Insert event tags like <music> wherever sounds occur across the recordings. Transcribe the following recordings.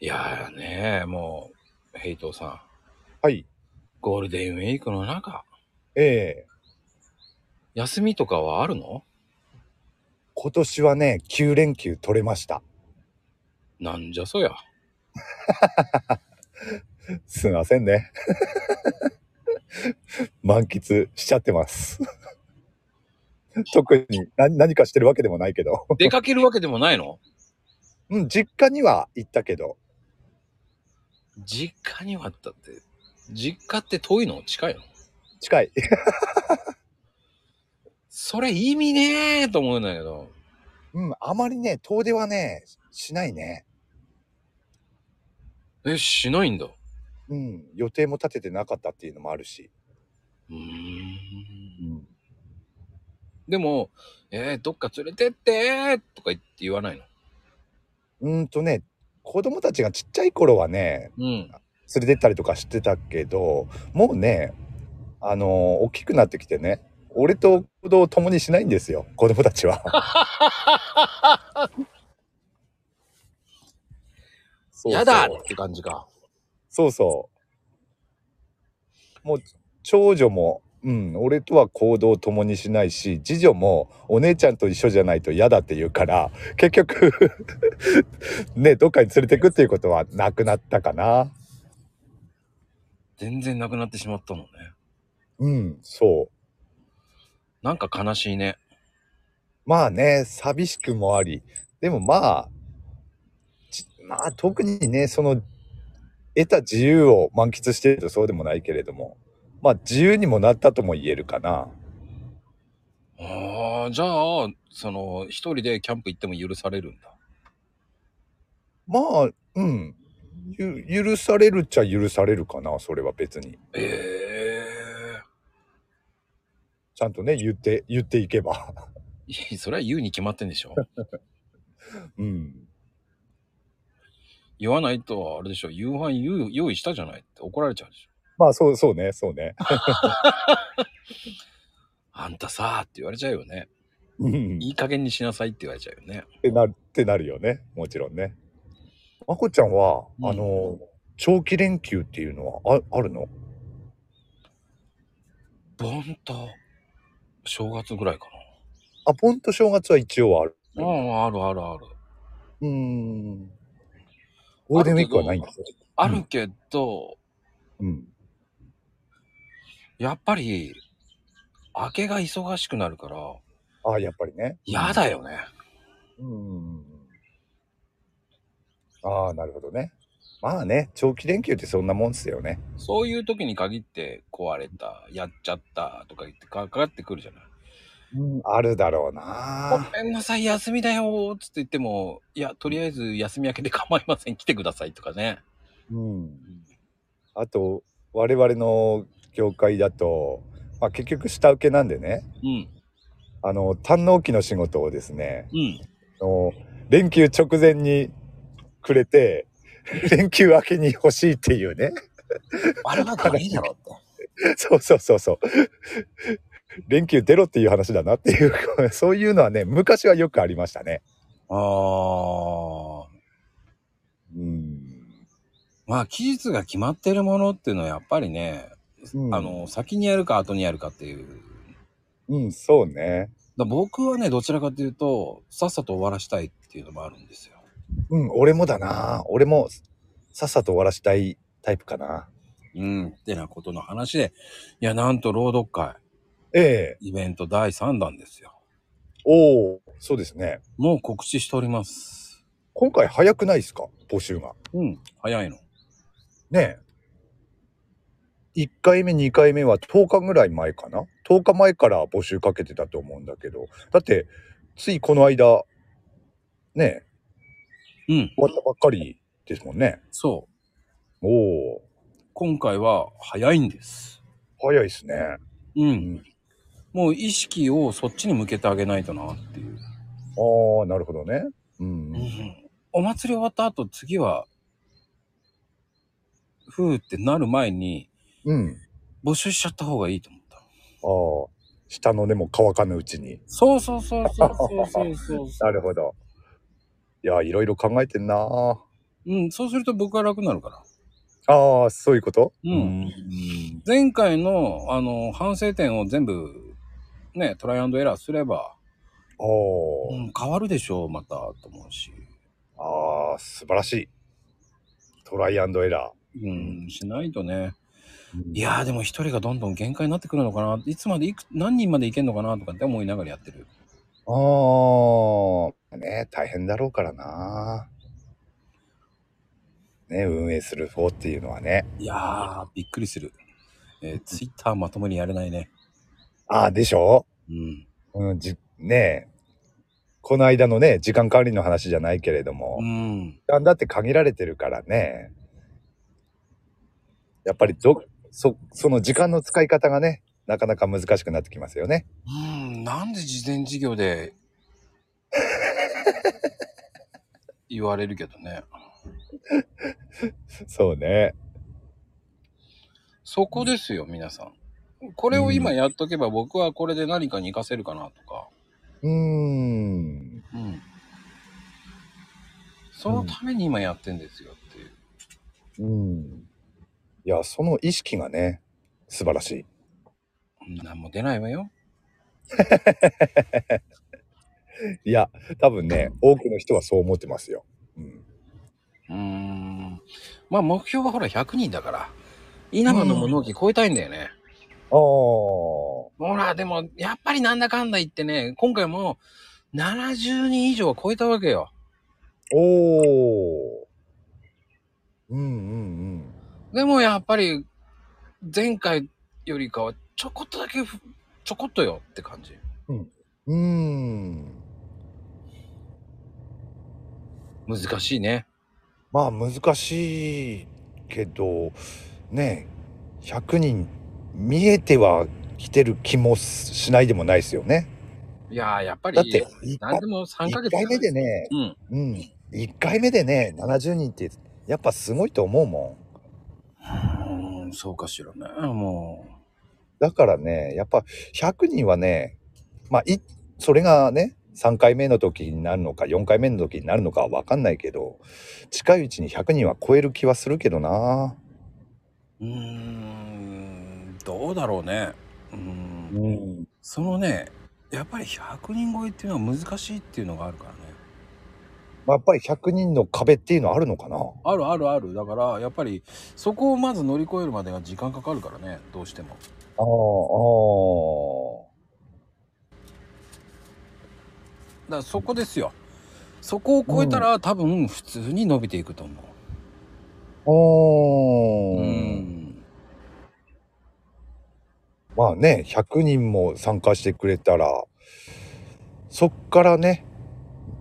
いやーねー、もう、ヘイトさん、はい。ゴールデンウィークの中、ええ休みとかはあるの今年はね、9連休取れました。なんじゃ <laughs> そや。すいませんね。 <laughs> 満喫しちゃってます。 <laughs> 特に何何かしてるわけでもないけど。出かけるわけでもないのうん、実家には行ったけど、実家にはあったって、実家って遠いの近いの近い。それ意味ねーと思うんだけど、うん、あまりね、遠出はね、しないね。え、しないんだ。うん、予定も立ててなかったっていうのもあるし。うーん。うん、でも、えー、どっか連れてってーとか言って言わないのうーんとね、子供たちがちっちゃい頃はね、うん。連れてったりとかしてたけどもうねあのー大きくなってきてね俺と行動を共にしないんですよ子供たち <laughs> はそうそうやだって感じか。そうそうもう長女もうん俺とは行動を共にしないし次女もお姉ちゃんと一緒じゃないと嫌だって言うから結局 <laughs> ねどっかに連れてくっていうことはなくなったかな全然なくなってしまったのね。うんそうなんか悲しいね。まあね、寂しくもあり、でもまあ、じまあ特にね、その、得た自由を満喫しているとそうでもないけれども、まあ自由にもなったとも言えるかな。ああ、じゃあ、その、一人でキャンプ行っても許されるんだ。まあ、うん。ゆ許されるっちゃ許されるかな、それは別に。えちゃんとね、言って、言っていけば。 <laughs> え <laughs> それは言うに決まってんでしょうん。言わないと、あれでしょ夕飯用用意したじゃないって怒られちゃうでしょまあそう、そうね、そうね。あんたさーって言われちゃうよね。うん。いい加減にしなさいって言われちゃうよね。ってなるってなるよねもちろんねまこちゃんは、うんあの長期連休っていうのはああるの盆と、正月ぐらいかあポンと正月は一応あるな。ああ、あるあるある。うーんゴールデンウィークはないんだあるけどあるけど、うんやっぱり、明けが忙しくなるから、あやっぱりね嫌だよね。うんああなるほどねまあね長期連休ってそんなもんっすよねそういう時に限って壊れた、やっちゃったとか言ってかかってくるじゃない。うんあるだろごうなめんなさい、休みだよーっつって言っても、いや、とりあえず休み明けで構いません、来てくださいとかね。うんあと我々の業界だと、まあ、結局下請けなんでねうん、あの、単納期の仕事をですね、うん。あの連休直前にくれて、 <laughs> 連休明けに欲しいっていうね。 <laughs> あれはダメだろって。そうそうそうそう。連休出ろっていう話だなっていう、 <laughs> そういうのはね、昔はよくありましたね。あー。うん。まあ、期日が決まってるものっていうのはやっぱりね、うんあの、先にやるか後にやるかっていう。うん、そうね。だ僕はね、どちらかというと、さっさと終わらしたいっていうのもあるんですよ。うん、俺もだな。俺もさっさと終わらしたいタイプかな。うん、ってなことの話で、いや、なんと朗読会、ええイベント第3弾ですよ。おおそうですね。もう告知しております。今回早くないですか募集が。うん、早いの。ねえ。1回目、2回目は10日ぐらい前かな ?10 日前から募集かけてたと思うんだけど、だって、ついこの間、ねえ、うん、終わったばっかりですもんね。そおおう。今回は早いんです。早いですね。うん。んもう意識をそっちに向けてあげないとなっていう。ああ、なるほどね。うん。お祭り終わった後、次は、ふーってなる前に、うん。募集しちゃった方がいいと思った。ああ、下の根も乾かぬうちに。そうそうそうそうそうそうそうそう。なるほど。いや、いろいろ考えてんな。うん、そうすると僕は楽になるから。ああ、そういうことうんん。前回の、あの、反省点を全部、ね、トライアンドエラーすれば、おうお、ん、変わるでしょう、また、と思うし。ああ、素晴らしい。トライアンドエラうん、しないとね。ー。いやーでも一人がどんどん限界になってくるのかな。いつまでいく、何人までいけんのかなとかって思いながらやってる。ああ、ね、大変だろうからな。ね、運営する方っていうのはね。いやー、びっくりする。えー、ツイッターまともにやれないね。ああ、でしょうん。うん、じ、ねこの間のね、時間管理の話じゃないけれども、うん。時間だって限られてるからね。やっぱりど、そ、その時間の使い方がね、なかなか難しくなってきますよね。うん、なんで事前事業 <laughs> で、言われるけどね。そうね。そこですよ、皆さん。これを今やっとけば僕はこれで何かに活かせるかなとか。うーん。うん。そのために今やってんですよっていう。うん。いや、その意識がね、素晴らしい。何も出ないわよ。いや、多分ね、多くの人はそう思ってますよ。うん、うーん。まあ目標はほら100人だから。稲葉の物置超えたいんだよね。ああ、ほら、でもやっぱりなんだかんだ言ってね、今回も70人以上は超えたわけよ。おお。うんうんでもやっぱり前回よりかはちょこっとだけふ、ちょこっとよって感じ。うん。うーん。難しいね。まあ難しいけど、ね、100人見えては来てる気もしないでもないですよね。いやー、やっぱりだって、1何でも3ヶ月回目でね、うん。うん、1回目でね、70人ってやっぱすごいと思うもん。うーん、そうかしらね。もだからね、やっぱ100人はね、まあ、い、それがね、3回目の時になるのか、4回目の時になるのかはわかんないけど、近いうちに100人は超える気はするけどな。う。うーん、どうだろうね。うーん。ん。そのねやっぱり100人超えっていうのは難しいっていうのがあるからねまあ、やっぱり100人の壁っていうのはあるのかな。あるあるあるだからやっぱりそこをまず乗り越えるまでが時間かかるからねどうしてもああ、あだからそこですよそこを超えたら、多分普通に伸びていくと思あ、うう。うんんまあね、100人も参加してくれたら、そっからね、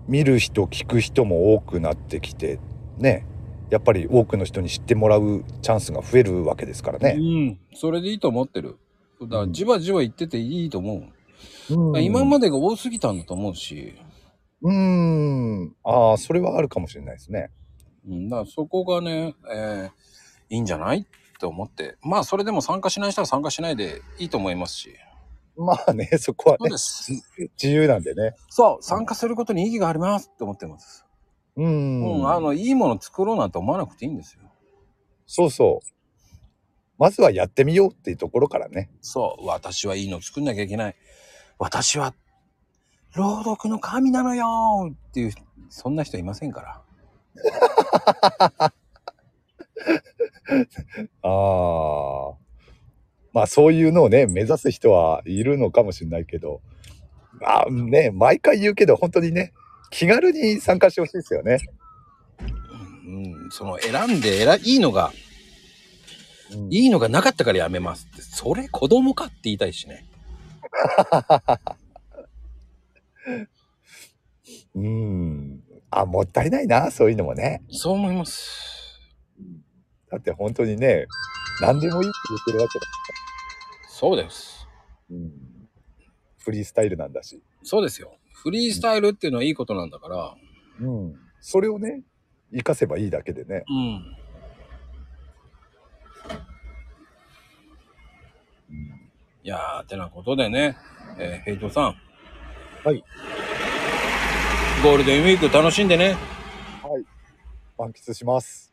見る人、聞く人も多くなってきて、ね、やっぱり多くの人に知ってもらうチャンスが増えるわけですからうね。んそれでいいと思ってるだからうんじわじわ言ってていいと思う、う今までが多すぎたんだと思うし、うーん。ああ、それはあるかもしれないですね。うん、だからそこがね、えーいいんじゃないって思ってまあそれでも参加しない人は参加しないでいいと思いますしまあね、 <laughs> そこはそうねで、す自由なんでね。そう、参加することに意義がありますって思ってます。うー。うんん、あの、いいもの作ろうなんて思わなくていいんですよ。そうそう。まずはやってみようっていうところからね。そう、私はいいの作んなきゃいけない。私は、朗読の神なのよーっていう、そんな人いませんから。ああ。まあそういうのをね、目指す人はいるのかもしれないけど、まあね、毎回言うけど、本当にね、気軽に参加してほしいですよね。うん、その選んで選いいのが、うんいいのがなかったからやめますって、それ子供かって言いたいしね。うん。あ、もったいないな、そういうのもね。そう思います。だって本当にね、何でもいいって言ってるわけだ。そうです。うん。フリースタイルなんだし。そうですよ。フリースタイルっていうのはいいことなんだから、うん。それをね、活かせばいいだけでね。うん。うんいやー、てなことでね、えー、ヘイトさん。はい。ゴールデンウィーク楽しんでね。はい。満喫します。